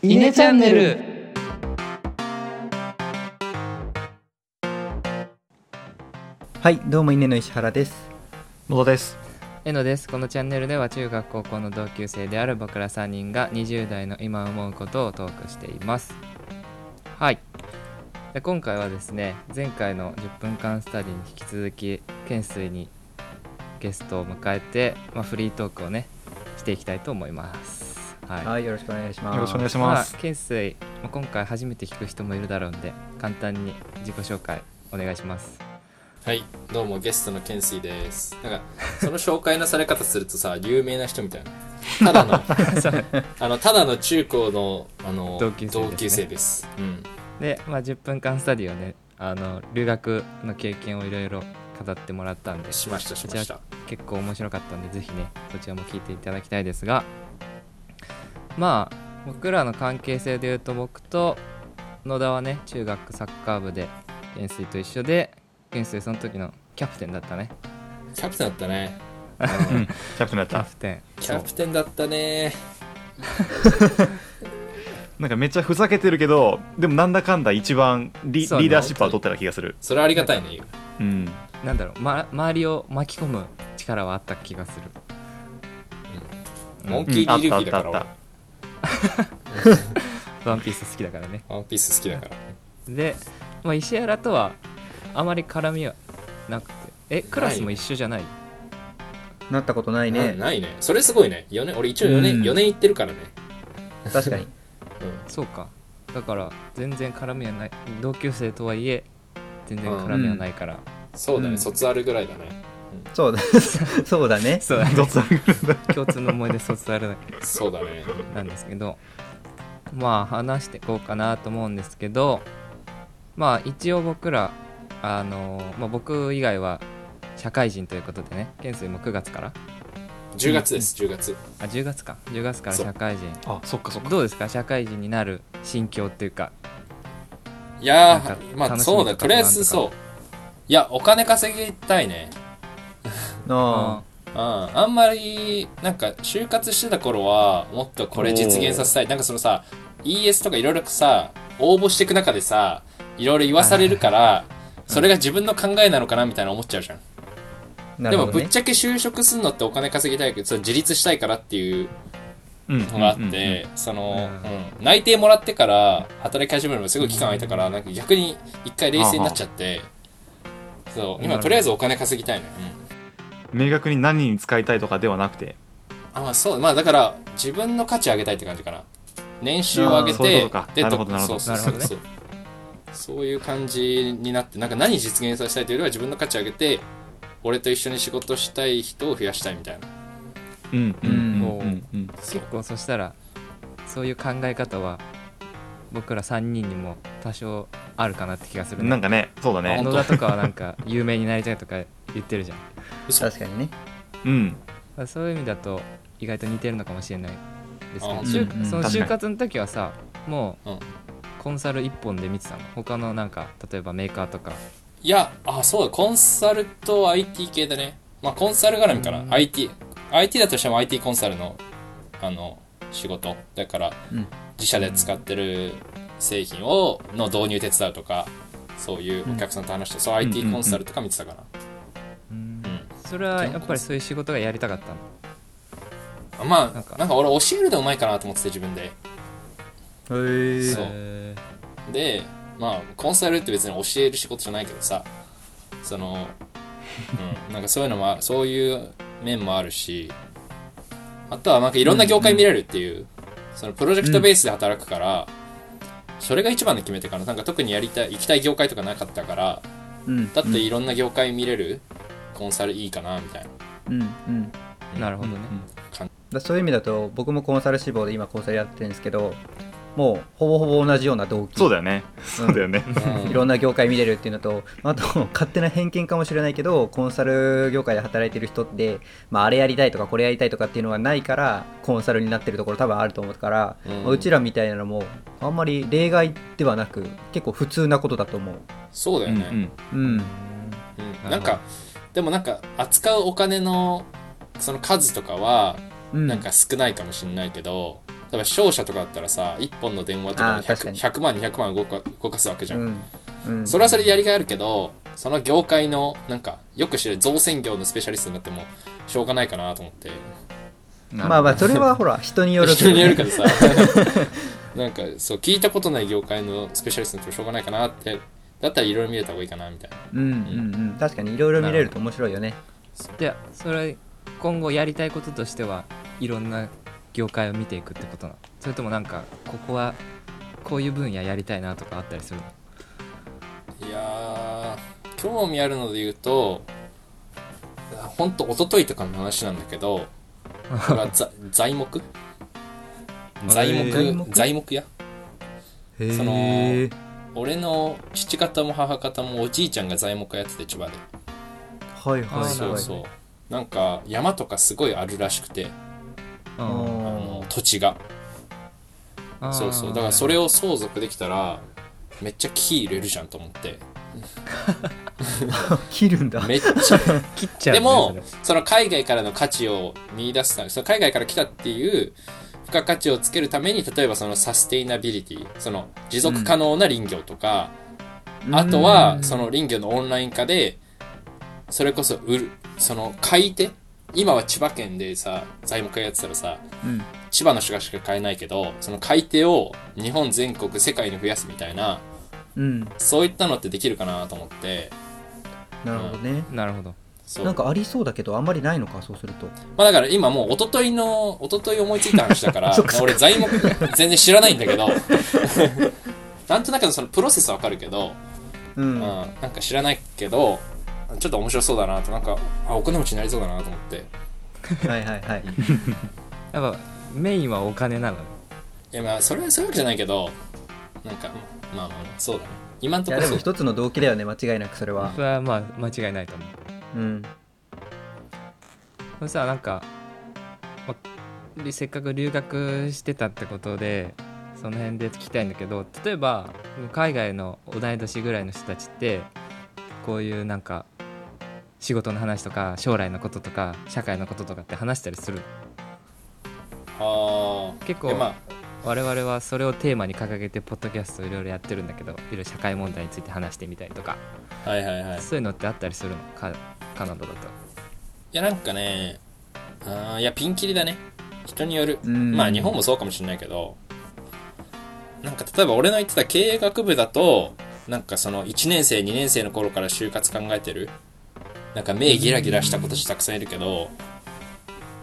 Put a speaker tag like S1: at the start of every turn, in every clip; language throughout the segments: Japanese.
S1: イネチャンネル
S2: はいどうも稲の石原です
S3: 野田です
S1: えのですこのチャンネルでは中学高校の同級生である僕ら3人が20代の今思うことをトークしていますはいで今回はですね前回の10分間スタディに引き続き懸垂にゲストを迎えて、まあ、フリートークをねしていきたいと思いますはい
S2: はいよろしくお願いします
S3: よろしくお願い
S2: し
S3: します
S1: あ、懸垂、まあ、今回初めて聞く人もいるだろうんで簡単に自己紹介お願いします
S4: はい、どうもゲストのケンスイです。なんか、その紹介のされ方するとさ、 有名な人みたいな。ただの、 あの、ただの中高の、あの、
S1: 同級生ですね
S4: 同級生です。うん。
S1: で、まあ、10分間スタディをねあの留学の経験をいろいろ語ってもらったんで
S4: しました、しまし
S1: じゃ
S4: た。
S1: あ結構面白かったんでぜひねそちらも聞いていただきたいですがまあ僕らの関係性でいうと僕と野田はね中学サッカー部で懸垂と一緒で懸垂その時のキャプテンだったね
S4: キャプテンだったね。
S3: うんキャプテンだっ
S1: キャ
S3: た
S1: プテン
S4: キャプテンだったね。
S3: なんかめっちゃふざけてるけどでもなんだかんだ一番リ
S1: そうね
S3: リーダーシップは取ってた気がする
S4: それはありがたいね。
S3: うん
S1: なんだろう、ま、周りを巻き込む力はあった気がする
S4: モンキー・ディルフィーだか
S3: うんあったあったあっ
S4: ら、
S1: ワンピース好きだからね
S4: 俺ワンピース好きだから。
S1: で、まあ、石原とはあまり絡みはなくてえクラスも一緒じゃない
S2: ますなったことない
S4: な
S2: ね
S4: ないね。それすごいね。四年、俺一応4
S3: う
S4: 年、
S3: ん
S4: 四年行ってるからね。
S2: 確かに
S4: うん。
S1: そうかだから全然絡みはない同級生とはいえ全然絡みはないから、
S4: そうだ
S2: う
S4: ね、
S2: ん
S4: 卒アルぐらいだね。
S2: そう だそうだ ね
S1: そうだね
S3: どっちだ
S1: 共通の思い出卒アルだ
S4: そうだね。
S1: なんですけどまあ話していこうかなと思うんですけどまあ一応僕らあの、まあ、僕以外は社会人ということでね県水も9月から
S4: 10月です、10月。
S1: あ10月か10月から
S4: そう
S1: 社会人
S3: あそっかそっか
S1: どうですか社会人になる心境っていうか
S4: い
S1: な
S4: や
S1: んか
S4: ー、まあ
S1: 楽しみ
S4: そう
S1: と
S4: だ、
S1: か
S4: とりあえ
S1: なんと
S4: ず
S1: か
S4: そう。いや、お金稼ぎたいね。
S2: あ
S4: うん。あんまり、なんか、就活してた頃は、もっとこれ実現させたい。なんかそのさ、ES とかいろいろさ、応募していく中でさ、いろいろ言わされるから、それが自分の考えなのかなみたいな思っちゃうじゃん。
S2: あな
S4: で
S2: る
S4: も、
S2: ほど
S4: ぶっ
S2: ね
S4: ちゃけ就職するのってお金稼ぎたいけど、それ自立したいからっていう
S3: うん
S4: のがあって、
S3: うんうんうん
S4: その、
S1: う
S4: うん内定もらってから、働き始めるのもすごい期間空いたから、なんか逆に一回冷静になっちゃって、そ
S1: な
S4: う、
S1: るほ
S4: 今
S1: ど
S4: とりあえずお金稼ぎたいのよ。うん
S3: 明確に何に使いたいとかではなくて
S4: あまあそうまあだから自分の価値上げたいって感じかな年収を上げ
S3: あーそうい
S4: て
S3: うことか
S4: で
S3: なるほどなるほど
S4: そうそ
S1: なる
S4: う
S1: ほどね
S4: そうそうそういう感じになってなんか何実現させたいというよりは自分の価値上げて俺と一緒に仕事したい人を増やしたいみたいな
S3: うんうん
S1: うん
S3: うんうん
S4: そう
S1: こうそしたらそういう考え方は僕ら3人にも多少あるかなって気がす
S3: う
S1: る
S3: んな
S1: ね
S3: んかねそうだ
S4: あ
S3: ね
S1: 野田とかはなんか有名になりたいとか言ってるじゃん
S2: 確かにね
S3: うん
S1: まあそういう意味だと意外と似てるのかもしれないですけど
S4: あ
S1: 就
S2: うんうん
S1: その
S3: 確かに
S1: 就活の時はさもう
S4: うん
S1: コンサル一本で見てたの他のなんか例えばメーカーとか
S4: いやあそうだコンサルと IT 系だねまあコンサル絡みかな ITIT だとしても IT コンサルのあの仕事だから
S2: うん
S4: 自社で使ってる製品をの導入手伝うとかそういうお客さんと話して、そう IT コンサルとか見てたかな、うん
S1: それはやっぱりそういう仕事がやりたかったの
S4: まあ
S1: な
S4: なんん
S1: か
S4: か俺教えるでうまいかなと思ってて自分
S2: へ
S4: で
S2: え
S4: そう
S1: へ
S4: でまあコンサルって別に教える仕事じゃないけどさその、うん、なんかそういうのもあそういう面もあるしあとはなんかいろんな業界見れるっていう、そのプロジェクトベースで働くから、それが一番の決め手かななんか特にやりたい行きたい業界とかなかったから
S2: うん
S4: だっていろんな業界見れる、コンサルいいかなみたいな
S2: うんうんだか
S1: ーなるほどね、
S2: らそういう意味だと僕もコンサル志望で今コンサルやってるんですけどもうほぼほぼ同じような動機
S3: そうだよねそうだよね
S4: うん
S2: いろんな業界見れるっていうのと、あと勝手な偏見かもしれないけど、コンサル業界で働いてる人って、まあ、あれやりたいとかこれやりたいとかっていうのがないから、コンサルになってるところ多分あると思うから、
S4: う
S2: まあ
S4: ん
S2: うちらみたいなのも、あんまり例外ではなく、結構普通なことだと思う。
S4: そうだ
S3: う
S4: よ
S3: んう
S4: ね、
S3: ん
S2: うん。
S4: うん、なんかでもなんか扱うお金のその数とかは
S2: うん、
S4: なんか少ないかもしれないけど、例えば商社とかだったらさ1本の電話とか
S2: あー
S4: で
S2: 確か
S4: 100,
S2: に
S4: 100万200万動か動かすわけじゃん、
S2: うんうん
S4: それはそれでやりがいあるけどその業界のなんかよく知る造船業のスペシャリストになってもしょうがないかなと思って
S2: まあまあそれはほら人によるけ
S4: 人
S2: ど
S4: に
S2: ね
S4: よるからさなんかそう聞いたことない業界のスペシャリストになってもしょうがないかなってだったらいろいろ見れた方がいいかなみたいな
S2: うんうんうん確かにいろいろ見れると面白いよね
S1: じゃあそれ今後やりたいこととしてはいろんな業界を見ていくってことなのそれともなんかここはこういう分野やりたいなとかあったりするの
S4: いやー、興味あるので言うと、ほんと、一昨日とかの話なんだけど、こ れはざ材木材
S2: 材
S4: 木
S2: 木
S4: 材木屋
S2: へ
S4: そ
S2: え
S4: の俺の父方も母方もおじいちゃんが材木屋やってて千葉で、
S2: はいはいはい
S4: そうそうなんか山とかすごいあるらしくてあの土地が
S1: あー
S4: そうそうだからそれを相続できたらめっちゃ木入れるじゃんと思って
S2: 切るんだ
S4: めっちゃ
S1: 切っちゃうね
S4: でも
S1: それ
S4: その海外からの価値を見出すためその海外から来たっていう付加価値をつけるために例えばそのサステイナビリティその持続可能な林業とか、あとはその林業のオンライン化でそれこそ売るその買い手今は千葉県でさ材木屋やってたらさ
S2: うん
S4: 千葉の人がしか買えないけどその買い手を日本全国世界に増やすみたいな
S2: うん
S4: そういったのってできるかなと思って
S2: なるほどね
S1: なるほど
S4: そう
S2: なんかありそうだけどあんまりないのかそうすると
S4: まあだから今もう一昨日の、一昨日思いついた話だか ら
S2: そっかそっ、か
S4: 俺材木全然知らないんだ けど、なんとなくのそのプロセスはわかるけど、
S2: う
S4: うん、
S2: ん
S4: なんか知らないけど、ちょっと面白そうだなと、なんか、あ、お金持ちになりそうだなと思って。い
S2: はいはいはい。
S1: やっぱメインはお金なのね
S4: やまあそれはそういうわけじゃないけど、なんか、まあまあまあ、そうだね。今ん
S2: い
S4: とこ
S2: や
S4: ろ
S2: で
S4: そ
S2: も
S4: う。
S2: 一つの動機だよね、間違いなくそれは
S1: そ。れはまあ間違いないと思う
S2: うん。
S1: そしたらなんか、まありせっかく留学してたってことでその辺で聞きたいんだけど例えば海外の同い年ぐらいの人たちってこういうなんか仕事の話とか将来のこととか社会のこととかって話したりするの
S4: ああ。
S1: 結
S4: い
S1: 構
S4: やまあ、
S1: 我々はそれをテーマに掲げてポッドキャストいろいろやってるんだけどいろいろ社会問題について話してみたりとか、
S4: はいはいはい。い
S1: そういうのってあったりするのかカナダだと。
S4: やなんかね、あーいやピンキリだね。人による。
S2: うん
S4: まあ日本もそうかもしれないけど、なんか例えば俺の言ってた経営学部だと、なんかその1年生、2年生の頃から就活考えてる。なんか目ギラギラした子たちたくさんいるけど、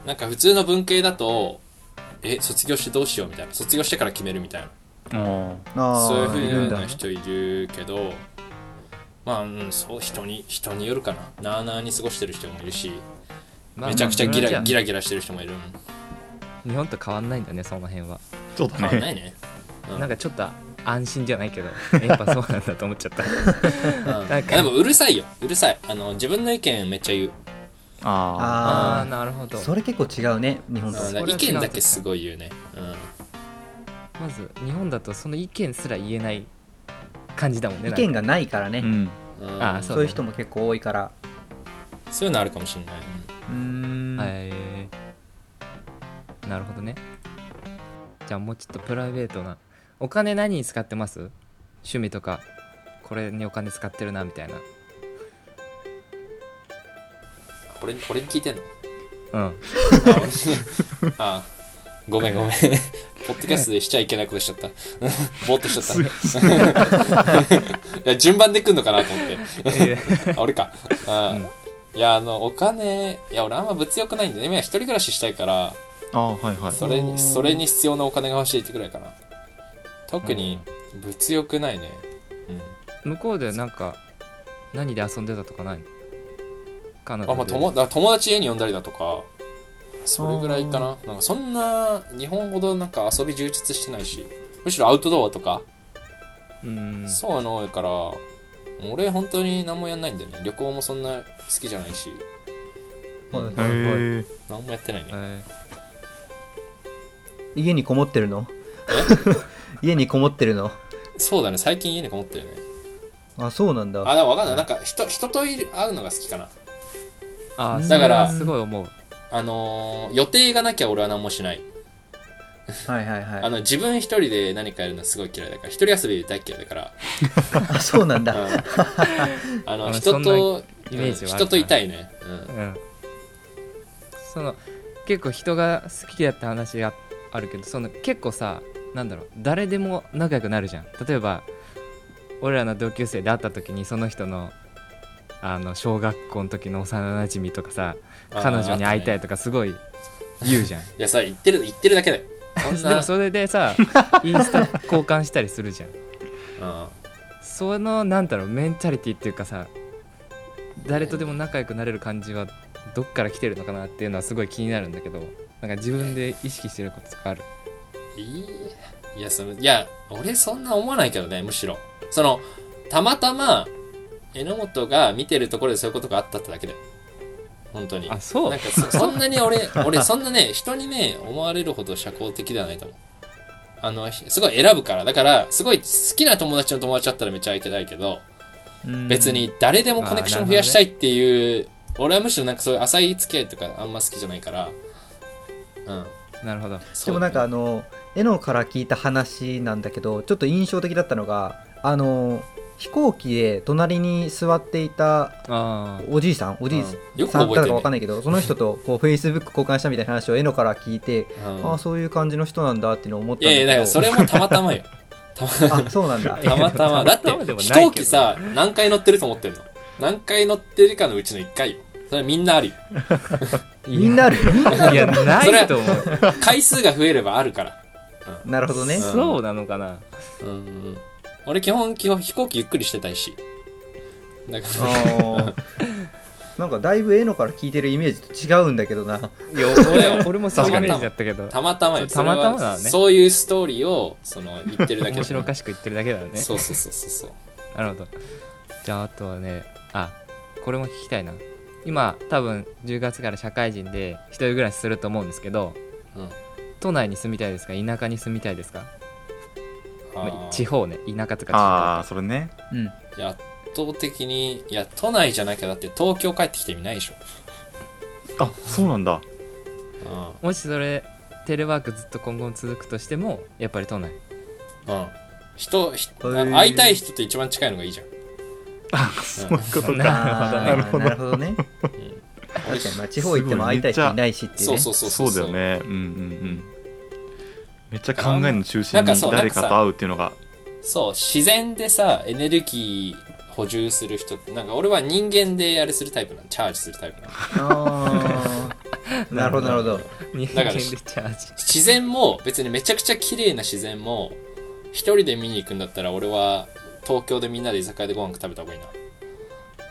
S4: なんか普通の文系だと、え、卒業してどうしようみたいな。卒業してから決めるみたいな。
S2: あ
S4: そういう
S2: あ、いる
S4: ふ
S2: ん
S4: う
S2: だ
S4: な。人いるけど、まあ、うん、そう、人に、人によるかな。なあなあに過ごしてる人もいるし、
S1: まあ
S4: めちゃくちゃギ
S1: まあそれ
S4: ラ
S1: は
S4: ギ
S1: じゃ
S4: ラギラしてる人もいる。
S1: あ日本と変わんないんだねその辺は。
S3: そうだ
S4: 変わん
S3: ね
S4: ないね。うん
S1: なんかちょっと安心じゃないけど、やっぱそうなんだと思っちゃった。
S4: うん
S1: なんか
S4: でもうるさいようるさいあの自分の意見めっちゃ言う
S3: あ
S1: ああ
S2: あ
S1: ー、なるほど
S2: あ。。それ結構違うね、日本と。
S4: うん
S1: れは違う
S4: 意見だけすごい言うね、う
S1: まず、日本だとその意見すら言えない感じだもんね。
S2: 意見
S1: が。
S2: がないから
S3: あう
S2: ね。
S3: ん
S4: んうん
S1: あーそう
S2: そういう人も結構多いから。
S4: そういうのあるかもしれない、う
S2: う
S4: ん
S2: ーん。
S1: えーなるほどね。じゃあもうちょっとプライベートな。お金何に使ってます趣味とか、これにお金使ってるなみたいな。
S4: これこれに聞いてんの
S1: うん。
S4: あーごめんごめん ポッドキャストでしちゃいけないことしちゃった ぼーっとしちゃった いや順番で来んのかなと思ってあ俺かあー、いやあのお金いや俺あんま物欲ないんでね今は一人暮らししたいから
S3: ああはいはい
S4: そ
S2: お
S4: れ
S2: ー
S4: にそれに必要なお金が欲しいってくらいかな特に物欲ないね、う
S1: 向こうでなんか、何で遊んでたとかないのカナ
S4: ん、あま
S1: ダ
S4: あ
S1: で。
S4: 友だ友達家に呼んだりだとかそれぐらいかななんかそんな日本ほどなんか遊び充実してないしむしろアウトドアとか、
S1: うん。
S4: そういうの多いから俺本当に何もやんないんだよね旅行もそんな好きじゃないし
S2: はい
S3: へ
S2: はいは
S3: え
S4: 何もやってないね
S1: え
S2: い家にこもってるの 家にこもってるの。
S4: そうだね最近家にこもってるね
S2: あ、そうなん
S4: あ
S2: だ。
S4: でも分かんないなんか人人といる会うのが好きかな
S1: ーああ、
S2: うん
S1: だか、
S4: だからら
S1: すごい思う。
S4: あのー予定がなきゃ俺は何もしない
S2: はいはいは
S4: あ
S2: い
S4: の自分一人で何かやるのすごい嫌いだから一人遊び大嫌いだ から
S2: あそうなんだ
S4: うんあの
S1: あ
S4: 人
S1: そんな
S4: と
S1: イメージはあるな
S4: うん人といたいね、うん
S1: うんその結構人が好きだって話があるけどその結構さなんだろう誰でも仲良くなるじゃん例えば俺らの同級生で会った時にその人のあの小学校の時の幼馴染とかさ
S4: あー
S1: 彼女に会いた
S4: あ
S1: いとかすごい言うじゃん、
S4: いやさ言ってる言ってるだけだよそんな
S1: でもそれで さインスタ交換したりするじゃん
S4: うん
S1: そのなんだろうメンタリティっていうかさ誰とでも仲良くなれる感じはどっから来てるのかなっていうのはすごい気になるんだけどなんか自分で意識してることとかある
S4: いいいやそのいや俺そんな思わないけどねむしろそのたまたま榎本が見てるところでそういうことがあったってだけだよ本当に
S1: あそう
S4: なんかそそんなに俺俺そんなね人にね思われるほど社交的ではないと思うあのひすごい選ぶからだからすごい好きな友達の友達だったらめっちゃ相手たいけど
S2: うん
S4: 別に誰でもコネクション増やしたいっていう、俺はむしろなんかそういう浅い付き合いとかあんま好きじゃないからうん
S1: なるほど
S4: そう
S2: でもなんかあの絵のから聞いた話なんだけどちょっと印象的だったのがあの飛行機で隣に座っていた
S1: あー
S2: おじいさんおじい
S4: うん
S2: さん
S4: よく
S2: だっ
S4: 覚え
S2: た
S4: て
S2: か
S4: る
S2: わ
S4: ね
S2: かんないけどその人とこうフェイスブック交換したみたいな話を絵のから聞いて
S4: うん
S2: ああそういう感じの人なんだっていうのを思っ
S4: い
S2: たん
S4: や
S2: だ
S4: い
S2: け
S4: や
S2: ど
S4: だからそれもたまたまよたま
S2: あそうなんだ
S4: たまたまだって
S1: たまたまでもない
S4: 飛
S1: けど
S4: 行機さ何回乗ってると思ってんの何回乗ってるかのうちの1回よそれみんなあるよ
S2: みんなある
S1: いやないと思う
S4: 回数が増えればあるから
S2: なるほどね
S4: ん
S1: そうなのかな
S4: うんうん俺基本基本飛行機ゆっくりしてたいしだか
S2: あーなんかだいぶ絵のから聞いてるイメージと違うんだけどない
S1: や俺
S4: 俺
S1: 俺もそういうイメー
S4: たまたま
S1: ジだったけど
S4: らたまたまよ
S1: そうたまたま
S4: それは
S1: だね
S4: そういうストーリーをその言ってるだけ
S1: 面白おか
S4: し
S1: しく言ってるだけだよね
S4: そうそうそうそうそう
S1: なるほどじゃああとはねあこれも聞きたいな今多分10月から社会人で一人暮らしすると思うんですけど、
S4: うん
S1: 都内に住みたいですか田舎に住みたいですか まあ
S4: あー
S1: 地方ね田舎と
S3: ああ
S1: か
S3: それね
S2: うん
S4: いや圧倒的にいや都内じゃなきゃだって東京帰ってきてみないでしょ
S3: あそうなんだ
S4: うん
S1: 地方もしそれテレワークずっと今後も続くとしてもやっぱり 都内
S4: うん。人、ひ
S2: ー
S4: 会いたい人と一番近いのがいいじゃん。
S3: あ そういうこと
S1: な
S3: か
S2: な
S3: るほどね
S2: なるほどね
S4: 俺
S2: 確かにまあ地方行っても会いたい人いないしっていう
S4: そう
S2: ね
S4: そうそう
S3: そうだよ。ねうんうんうんめっちゃ考えの中心
S4: なんか
S3: に
S4: そう
S3: 誰かと会うっていうのが
S4: そう、自然でさ、エネルギー補充する人って、なんか俺は人間であれするタイプなの。チャージするタイプなの。
S2: あーなるほどなるほど
S1: 人間
S4: だか
S1: で
S4: ら
S1: チャージ
S4: 自然も、別にめちゃくちゃ綺麗な自然も、一人で見に行くんだったら俺は東京でみんなで居酒屋でご飯食べた方がいいな。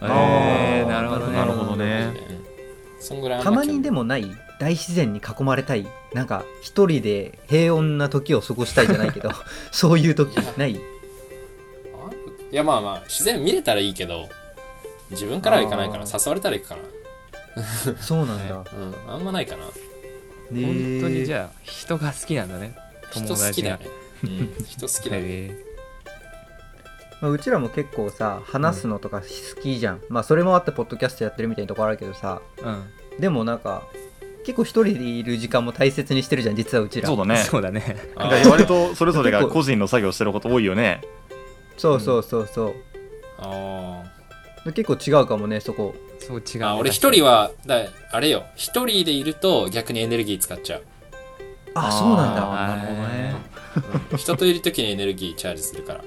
S1: えー、
S2: ー
S3: あ
S1: なるほどね
S3: なるほどね
S4: うんそんぐらい
S2: たまにで
S4: も。
S2: もない大自然に囲まれたいなんか一人で平穏な時を過ごしたいじゃないけどそういう時ない
S4: いやまあまあ、自然見れたらいいけど、自分からは行かないから、
S2: あ
S4: 誘われたら行くかな。
S2: そうなんだ、
S4: うん、あんまないかな。
S2: ね
S1: 本当にじゃあ人が好きなんだね友
S4: 人好
S1: 達
S4: きだよ
S1: が
S4: ね。うん、人好 きだよね。
S1: へ
S2: まあ、うちらも結構さ話すのとか好きじゃん、まあそれもあってポッドキャストやってるみたいなとこあるけどさ
S1: ーうん
S2: でもなんか結構一人でいる時間も大切にしてるじゃん実はうちら
S3: そうだね
S1: そうだね
S4: あ
S3: なん
S4: ー
S3: か割とそれぞれが個人の作業してること多いよね
S2: そうそうそうそう
S4: あ
S2: で結構違うかもねそこ
S1: そう違う
S4: ー
S1: ね
S4: あ俺一人はだあれよ一人でいると逆にエネルギー使っちゃう、
S2: あそうなんだ
S3: あーなるほどね
S4: うん人といる時にエネルギーチャージするから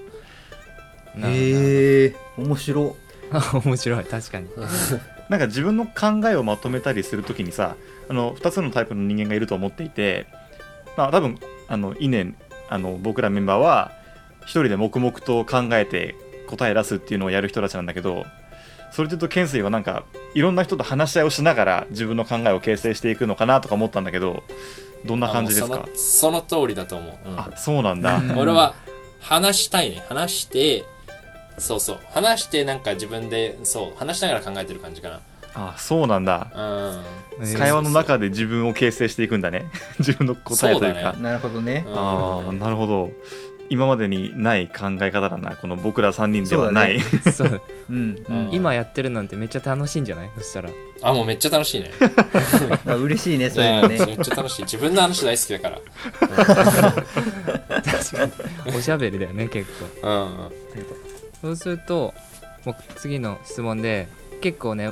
S1: なるほどな
S2: へえ面白
S1: あ面白い確 かに
S3: なんか自分の考えをまとめたりするときにさあの2つのタイプの人間がいると思っていて、まあ、多分あの以年あの僕らメンバーは一人で黙々と考えて答え出すっていうのをやる人たちなんだけどそれで言うと健水はなんかいろんな人と話し合いをしながら自分の考えを形成していくのかなとか思ったんだけどどんな感じです
S4: あも
S3: か
S4: うそのその通りだと思う、うん
S3: あそうなんだ、
S2: うん
S4: 俺は話したいね話してそうそう話してなんか自分でそう話しながら考えてる感じか
S3: あそうなんだ
S4: なう
S1: え
S4: ん
S1: ー
S3: 会話の中で自 分を形成していくんだね自分の答えという
S4: そう
S3: か
S4: だね
S2: なるほどね
S4: うん
S3: ああなるほど今までにない考え方だなこの僕ら3人ではない、
S1: そう
S2: うん、う
S4: うん
S2: ん、
S1: 今やってるなんてめっちゃ楽しいんじゃないそしたら
S4: あ、もうめっちゃ楽しいね。
S2: あ嬉しい ね、
S4: い
S2: そういう
S4: や
S2: の
S4: め
S2: ね。
S4: っちゃ楽しい。自分の話大好きだから。
S1: おしゃべりだよね結構
S4: うんうん。
S1: そうするともう次の質問で結構ね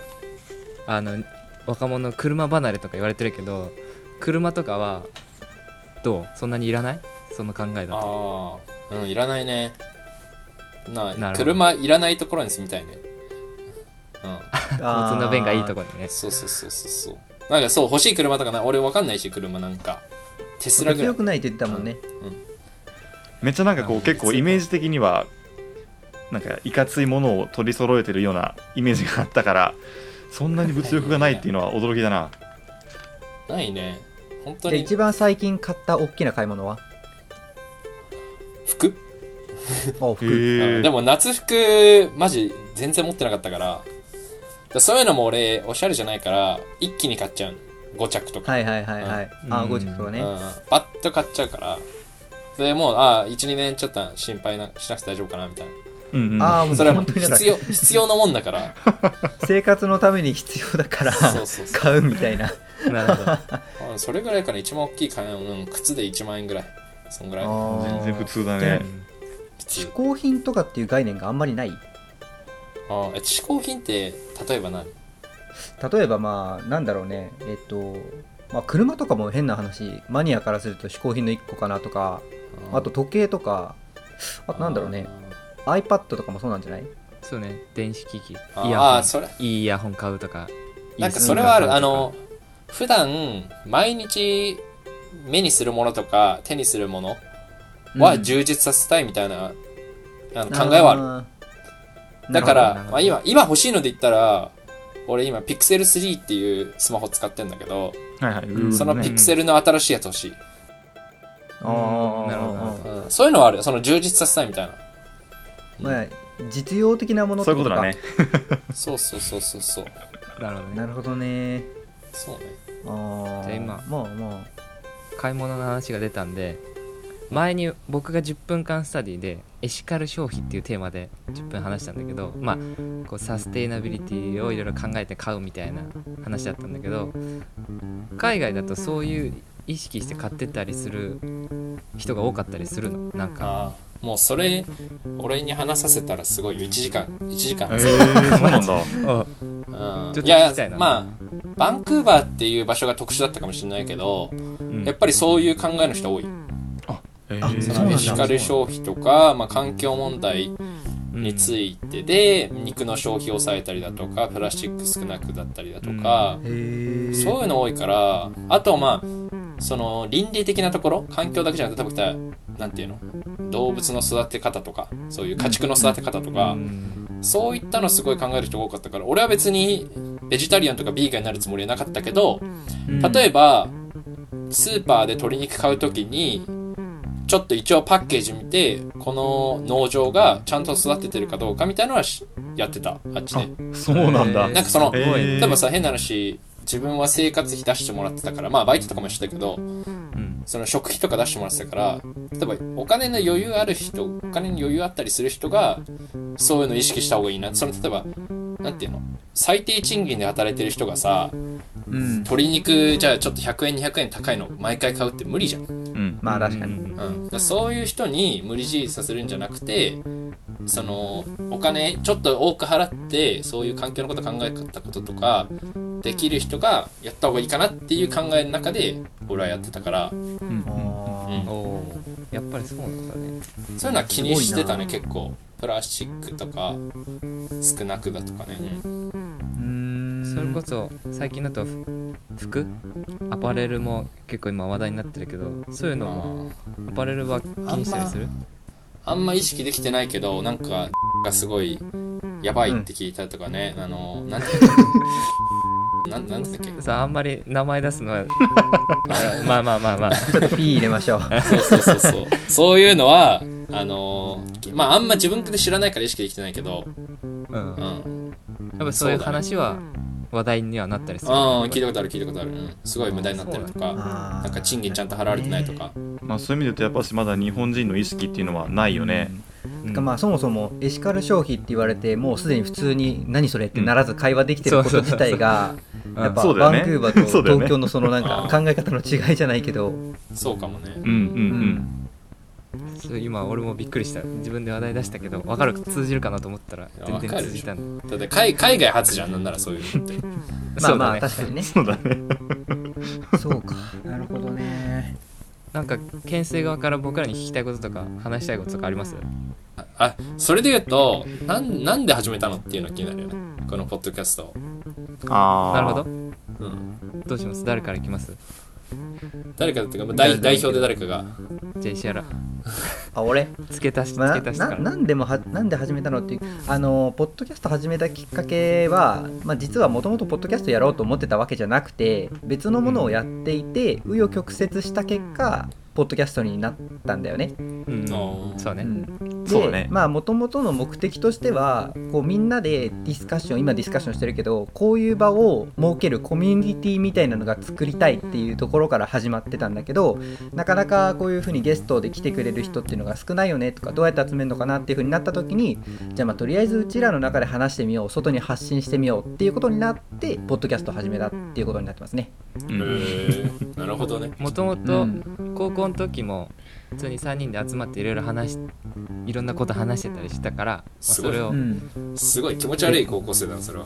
S1: あの若者車離れとか言われてるけど車とかはどうそんなにいらないその考えだと
S4: ああ、うん、いらないね。な
S1: なるほど
S4: 車いらないところに住みたいね。う
S1: 交通の便がいいとこ
S2: ろ。
S1: ろにね
S4: ん。そうそうそうそうそう。なんかそう、欲しい車とかな、俺わかんないし、車なんか。テスラぐら
S2: 強
S4: い
S2: く。ないって言ってたもんね。
S3: めっちゃなんかこ
S1: あ
S3: う結構イメージ的にはなんかいかついものを取り揃えてるようなイメージがあったからそんなに物欲がないっていうのは驚きだな
S4: ないね。本当
S2: じゃあ
S4: に
S2: 一。番最近買った大きな買い物は
S4: 服、
S2: あ、
S3: へ
S2: 服。
S4: う
S3: え
S4: んでも夏服、マジ全然持ってなかったから。だからそういうのも俺、おしゃれじゃないから、一気に買っちゃうの。5着とか。
S2: はいはいはいはい。あ、
S1: うん
S2: ゴジックはね
S4: う。ん、パッと買っちゃうから。それでもう、ああ、1、2年ちょっと心配なしなくて大丈夫かなみたいな。
S3: うんうん
S2: ああ、もう
S4: それは
S2: 本当にだから
S4: 必要必要なもんだから。
S2: 生活のために必要だから
S4: そうそうそう
S2: 買うみたいな。
S1: なるほど
S4: うんそれぐらいかな、一番大きい買い物、うん、靴で1万円ぐらい。そんぐらい。
S3: 全然普通だ
S2: じゃあ
S3: ね
S4: 靴
S2: 嗜好品とかっていう概念があんまりない
S4: あーえ嗜好品って、例えば何
S2: 例えばまあなんだろうねえっと、まあ、車とかも変な話マニアからすると嗜好品の一個かなとかあと、時計とかあとなんだろうね。iPad とかもそうなんじゃない
S1: そうね電子機器イ
S4: あ
S1: ヤ
S4: ー
S1: ホン
S4: あー、それ、
S1: いいイヤホン買うとか
S4: なんかそれは
S1: いい
S4: ある。
S1: スニ
S4: あ
S1: ーカー買う
S4: の、普段、毎日、目にするものとか、手にするものは充実させたいみたいな、あの考えはある。
S2: ー
S1: なるほどな
S4: だから
S1: る、ほど
S4: まあ、今、今欲しいので言ったら、俺今、Pixel 3っていうスマホ使ってんだけど、
S3: はいはい、
S1: うん
S3: うん
S4: その
S3: ね
S4: Pixel の新しいやつ欲しい。
S2: あー
S1: なるほどなるほ
S4: うんそういうのはあるよ。その充実させたいみたいな。
S2: まあ実用的なもの
S3: そういうことだね
S2: か
S4: そうそうそうそうそう。
S1: なるほどね
S2: なるほどね
S4: そうね。
S2: あ
S1: じゃあ今
S2: まあま
S1: 買い物の話が出たんで前に僕が10分間スタディでエシカル消費っていうテーマで10分話したんだけどまあこうサステイナビリティをいろいろ考えて買うみたいな話だったんだけど海外だとそういう意識して買ってたりする人が多かったりするのなんか
S4: ああ、もうそれ、俺に話させたらすごいよ。1時間、1時間。
S3: えー、そうなんだ
S1: あ
S4: うん
S1: ちょっと
S4: いや
S1: 聞きたいな
S4: まあ、バンクーバーっていう場所が特殊だったかもしれないけど、
S3: ん
S4: やっぱりそういう考えの人多い。
S3: え
S2: あ
S4: そ
S2: そうなん
S4: の
S2: だ
S4: エシカル消費とか、まあ、環境問題についてで、肉の消費を抑えたりだとか、プラスチック少なくだったりだとか、
S2: あへえ
S4: そういうの多いから、あとまあ、その倫理的なところ、環境だけじゃなくて、多分なんていうの、動物の育て方とか、そういう家畜の育て方とか
S1: う、ん
S4: そういったのすごい考える人が多かったから、俺は別にベジタリアンとかビーガンになるつもりはなかったけど、例えば、スーパーで鶏肉買うときに、ちょっと一応パッケージ見て、この農場がちゃんと育ててるかどうかみたいなのはしやってた、あっちで。
S3: そうなんだ、
S1: えー
S4: なんかその、
S3: えー
S4: でもさ、変な話、自分は生活費出してもらってたから、まあバイトとかもしてたけど、
S1: うん
S4: その食費とか出してもらってたから、例えばお金の余裕ある人、お金に余裕あったりする人が、そういうの意識した方がいいな。その例えば、なんていうの最低賃金で働いてる人がさ、
S2: うん
S4: 鶏肉じゃあちょっと100円200円高いの毎回買うって無理じゃん。うん
S3: うん
S2: まあ確かに、
S1: うん
S4: だからそういう人に無理強いさせるんじゃなくて、その、お金ちょっと多く払って、そういう環境のこと考えたこととか、できる人がやった方がいいかなっていう考えの中で、俺はやってたから、
S3: うん
S2: あー
S4: うん
S1: おーやっぱりそうなんだね
S4: そういうのは気にしてたね、
S2: す
S4: 結構。プラスチックとか、少なくだとかね。うん
S2: うーん
S1: それこそ最近だとふ服アパレルも結構今話題になってるけどそういうのもアパレルは気にしたりする
S4: あんま意識できてないけど、なんか、がすごい、やばいって聞いたとかね、あの、 なんていうのなん、なんつったっけ
S1: さああんまり名前出すの は まあまあまあまあ
S2: ちょっと P 入れましょう
S4: そうそうそうそう。そういうのは、あの、まあ、あんま自分で知らないから意識できてないけど、
S1: うん
S4: うん。
S1: やっぱそういう話は話題にはなったりする
S4: ああ、聞いたことある、聞いたことある。うん、すごい無駄になってるとか、
S2: あー
S4: なんか賃金ちゃんと払われてないとか。
S3: まあ、そういう意味で言うとやっぱしまだ日本人の意識っていうのはないよね、
S1: うん
S2: まあそもそもエシカル消費って言われてもうすでに普通に何それってならず会話できてること自体が
S1: ん
S2: やっぱ
S3: そうだよ
S2: バ
S3: ね
S2: ンクーバーと
S3: そうだよね
S2: 東京のそのなんか考え方の違いじゃないけど
S4: そうかもね。
S3: うん、うんうん
S1: そう今俺もびっくりした自分で話題出したけど分かる通じるかなと思ったら
S4: や
S1: 全然
S4: わかる
S1: 通じたん
S4: だって海海外初じゃん、なんならそういうのって。
S2: ま
S1: そ
S2: あま
S1: うだ
S2: あ
S1: ね
S2: 確かにね
S3: そうだね
S2: そうかなるほどね
S1: なんか県政側から僕らに聞きたいこととか話したいこととかあります
S4: あ、それで言うと、なんなんで始めたのっていうの気になるよね。このポッドキャストを。
S3: あ
S1: な
S3: あ
S1: るほど
S4: うん。
S1: どうします誰からいきます
S4: 誰かっていうか、まあ代代表で誰かが。
S1: じゃあ石原
S2: あ俺
S1: 付け足し付
S2: まあ、
S1: け
S2: な
S1: 足しか
S2: な
S1: ら
S2: なんでもはなんで始めたのっていうあのポッドキャスト始めたきっかけは、まあ、実はもともとポッドキャストやろうと思ってたわけじゃなくて別のものをやっていて紆余曲折した結果ポッドキャストになったんだよね。
S1: うん
S4: の
S1: そうね
S2: うん
S3: そうだ
S2: で、
S3: ね
S2: まあもともとの目的としてはこうみんなでディスカッション今ディスカッションしてるけどこういう場を設けるコミュニティみたいなのが作りたいっていうところから始まってたんだけどなかなかこういうふうにゲストで来てくれる人っていうのが少ないよねとかどうやって集めるのかなっていうふうになった時にじゃあまあとりあえずうちらの中で話してみよう外に発信してみようっていうことになってポッドキャストを始めたっていうことになってますね。
S3: う
S4: へ
S3: ん
S4: ーなるほどね。
S1: もとも
S2: う
S1: と
S2: ん
S1: 高校の時も普通に3人で集まっていろいろ話しいろんなこと話してたりしたから、まあ、
S4: すご
S1: そ
S4: い
S1: れを
S2: うん
S4: すごい気持ち悪い高校生だな、それは。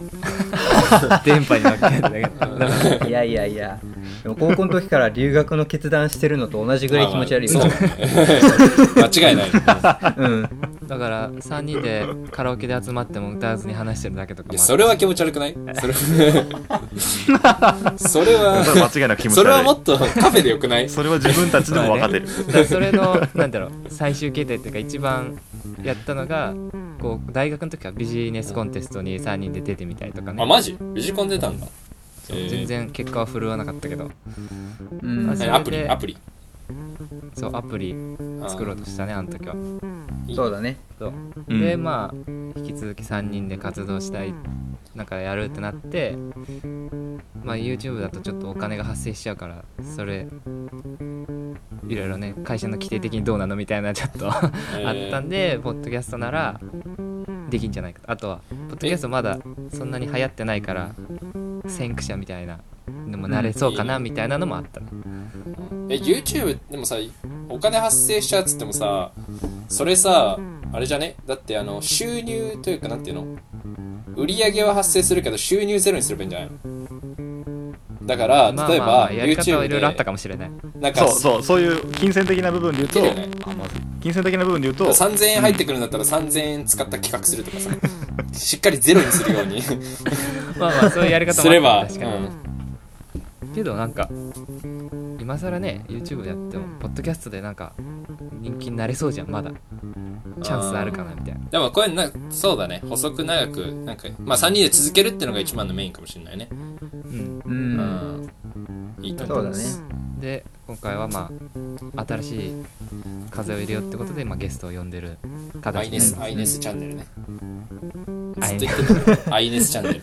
S1: 電波に乗っけてだけどなんか
S2: いやいやいや、でも高校の時から留学の決断してるのと同じぐらい気持ち悪い
S4: ま
S2: よ
S4: あまあ。 そうだね間違いない。
S2: うん、
S1: だから3人でカラオケで集まっても歌わずに話してるだけとか
S4: いや
S1: もある
S4: それは気持ち悪くない それそれ
S3: それは
S4: は
S3: 間違いなく気持ち悪い
S4: それはもっとカフェでよくない
S3: それは自分たちでも分かってる、
S1: だからそれのなんだろう最終形態っていうか一番やったのがこう大学の時はビジネスコンテストに3人で出てみたりとかね
S4: あマジビジコン出たんだ、えー
S1: 全然結果は振るわなかったけど
S2: うん、
S1: それ
S4: え
S1: で
S4: アプリアプリ
S1: そうアプリ作ろうとしたねあの時は
S2: そうだね。
S1: そう
S3: うん
S1: でまあ引き続き3人で活動したいなんかやるってなってまあ YouTube だとちょっとお金が発生しちゃうからそれいろいろね会社の規定的にどうなのみたいなちょ っとあ
S4: あ
S1: ったんでポッドキャストならできんじゃないかとあとはポッドキャストまだそんなに流行ってないから先駆者みたいなのもなれそうかなみたいなのもあったね
S4: え YouTube でもさお金発生しちゃうっつってもさそれさあれじゃねだってあの収入というかなんていうの売り上げは発生するけど収入ゼロにすればいいんじゃないのだから
S1: まあ
S4: 例え
S1: まあま
S4: ば
S1: あやり方
S4: YouTube
S1: はいろいろあった
S4: で
S1: かもしれ ない
S4: なん
S3: そ
S4: か
S3: うそうそういう金銭的な部分で言うと
S4: いいよね
S3: あまず金銭的な部分で言うと
S4: 3000円入ってくるんだったら3000円使った企画するとかさしっかりゼロにするように
S1: まあまあそういうやり方もあった
S4: すれば、
S1: 確かに、けどなんか今更ね YouTube やってもポッドキャストでなんか人気になれそうじゃんまだチャンスあるかなみたいな
S4: うんでもこれなそうだね細く長くなんか、まあ、3人で続けるってのが一番のメインかもしれないね
S1: うん
S2: う、
S4: うんんいいと思
S2: そうだね。
S1: で今回はまあ新しい風を入れようってことで、まあ、ゲストを呼んでる
S4: うア
S1: 形
S4: イ
S1: に
S4: ネ
S1: なり
S4: ス
S1: ま
S4: アイネスチャンネルね
S1: ア
S4: ず
S1: イ
S4: っ
S1: ネ
S4: と言ってるけどアイネスチャンネル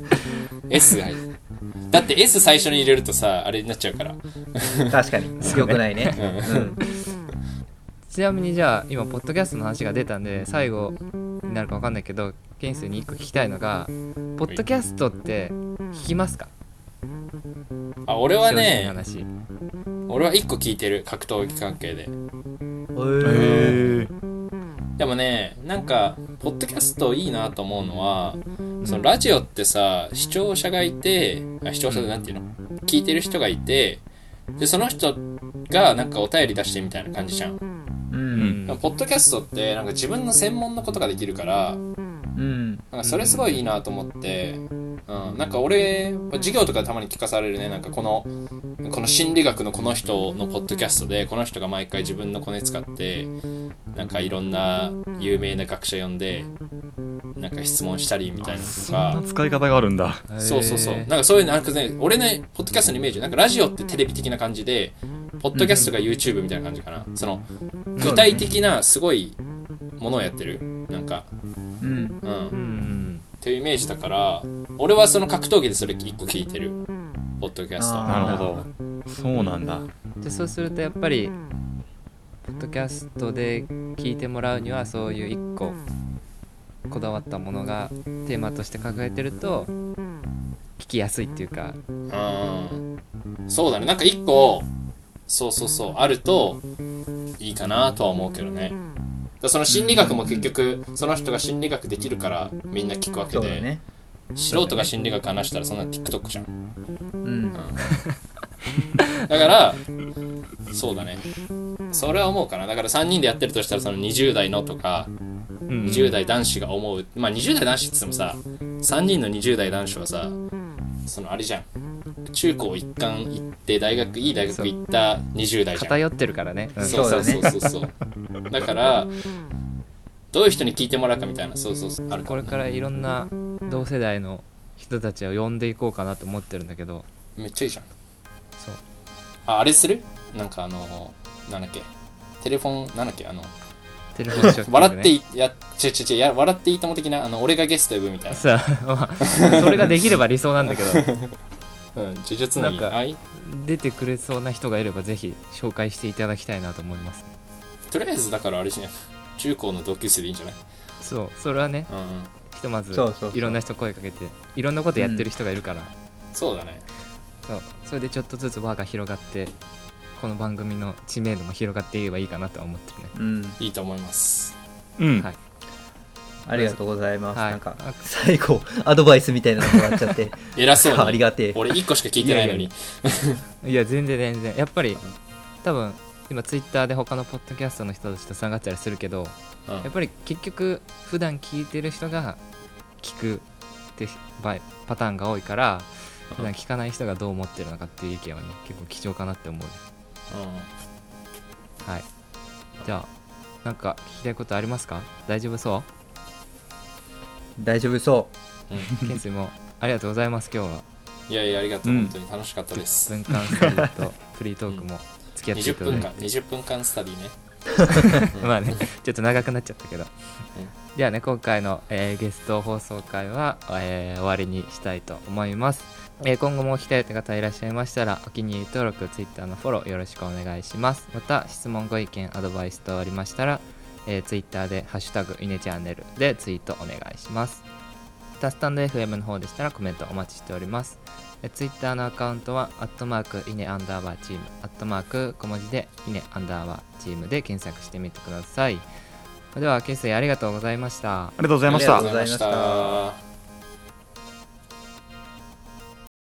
S4: S が入るだって S 最初に入れるとさあれになっちゃうから
S2: 確かに良くないね。うん、
S1: すちなみにじゃあ今ポッドキャストの話が出たんで最後になるかわかんないけどケンスに一個聞きたいのがポッドキャストって聞きますか
S4: あ俺は
S1: 正直な
S4: ね
S1: 話
S4: 俺は1個聞いてる格闘技関係で
S2: へー
S3: へ
S4: でもねなんかポッドキャストいいなと思うのはそのラジオってさ視聴者がいてあ視聴者でなんていうの聞いてる人がいてでその人がなんかお便り出してみたいな感じじゃん、
S2: う、
S1: うんん
S4: でもポッドキャストってなんか自分の専門のことができるから
S2: うん、
S4: なんかそれすごいいいなと思って、うん、なんか俺授業とかでたまに聞かされるねなんかこのこの心理学のこの人のポッドキャストでこの人が毎回自分のコネ使ってなんかいろんな有名な学者呼んでなんか質問したりみたいなのとか
S3: え使い方があるんだ
S4: そうそうそう
S1: へ
S4: な
S1: ー
S4: んかそういうのなんかね俺ねポッドキャストのイメージなんかラジオってテレビ的な感じでポッドキャストが YouTube みたいな感じかな、その具体的なすごいものをやってるなんか
S2: うん、
S4: うん
S1: うん
S4: っっていうイメージだから俺はその格闘技でそれ一個聞いてるポッドキャスト
S2: あー
S3: なるほどそうなんだ
S1: でそうするとやっぱりポッドキャストで聞いてもらうにはそういう一個こだわったものがテーマとして掲げてると聞きやすいっていうか
S4: うんそうだねなんか一個そうそうそうあるといいかなとは思うけどねだその心理学も結局その人が心理学できるからみんな聞くわけ
S2: そうだ
S4: で、
S2: ね
S4: 素人が心理学話したらそんな TikTok じゃん
S2: うん
S4: だから、そうだね。それは思うかな。だから3人でやってるとしたら、その20代のとか、
S3: うん
S4: 20代男子が思う。まあ20代男子って言ってもさ、3人の20代男子はさ、そのあれじゃん。中高一貫行って、大学、いい大学行った20代じゃん。
S1: 偏ってるからね、うん
S4: そうそう
S2: そ
S4: そううそうそう。だから、どういう人に聞いてもらうかみたいな、そうそうそう。ある
S1: これからいろんな同世代の人たちを呼んでいこうかなと思ってるんだけど
S4: めっちゃいいじゃん。
S1: そう
S4: あ、あれするなんかあの、なんだっけ。テレフォン、なんだっけ、あの、
S1: テレフォンショッキング、ね、
S4: 笑っていいやちょちょちょや笑っていいとも的なあの俺がゲスト呼ぶみたいな、
S1: さあ、まあ、それができれば理想なんだけど
S4: うん、呪術のいい
S1: なんか
S4: 愛
S1: 出てくれそうな人がいればぜひ紹介していただきたいなと思います
S4: とりあえずだからあれしね中高の同級生でいいんじゃない
S1: そうそれはね
S4: うんうん
S1: ひとまず
S2: そうそうそう
S1: いろんな人声かけていろんなことやってる人がいるから、
S4: そうだね
S1: そうそれでちょっとずつ輪が広がってこの番組の知名度も広がっていけばいいかなとは思ってるね
S2: うん
S4: いいと思います
S3: うん、
S1: はい
S2: ありがとうございます、
S1: はい
S2: なんか
S1: あ
S2: 最後アドバイスみたいなのもらっちゃって
S4: 偉そうに
S2: ありがてえ
S4: 俺1個しか聞いてないのに
S1: いいや全然全然やっぱり多分今ツイッターで他のポッドキャストの人たちと繋がったりするけど
S4: うん
S1: やっぱり結局普段聞いてる人が聞くって場合パターンが多いから普段聞かない人がどう思ってるのかっていう意見はね結構貴重かなって思うねはいじゃあなんか聞きたいことありますか大丈夫そ
S2: 大丈夫そう
S4: うんうん
S1: うケンスイもありがとうございます今日はい
S4: やいやありがとう、
S3: うん
S4: 本当に楽しかったです
S1: 分間スタジオとフリートークも付き合ってい
S4: 20
S1: ただい
S4: 分
S1: て
S4: 間20分間スタディねう ん
S1: まあね、ちょっと長くなっちゃったけど。ではね、今回の、えーゲスト放送会は、えー終わりにしたいと思います。えー今後もお聞きたいという方いらっしゃいましたら、お気に入り登録、Twitter のフォローよろしくお願いします。また、質問、ご意見、アドバイス等ありましたら、えー、Twitter で、ハッシュタグ、イネチャンネルでツイートお願いします。また、スタンド FM の方でしたらコメントお待ちしております。えー Twitter のアカウントは、アットマーク、イネアンダーバーチーム、アットマーク、小文字で、イネアンダーバーチームで検索してみてください。では、ケイスイありがとうございました。
S3: ありがとうございました
S4: ありがとうございました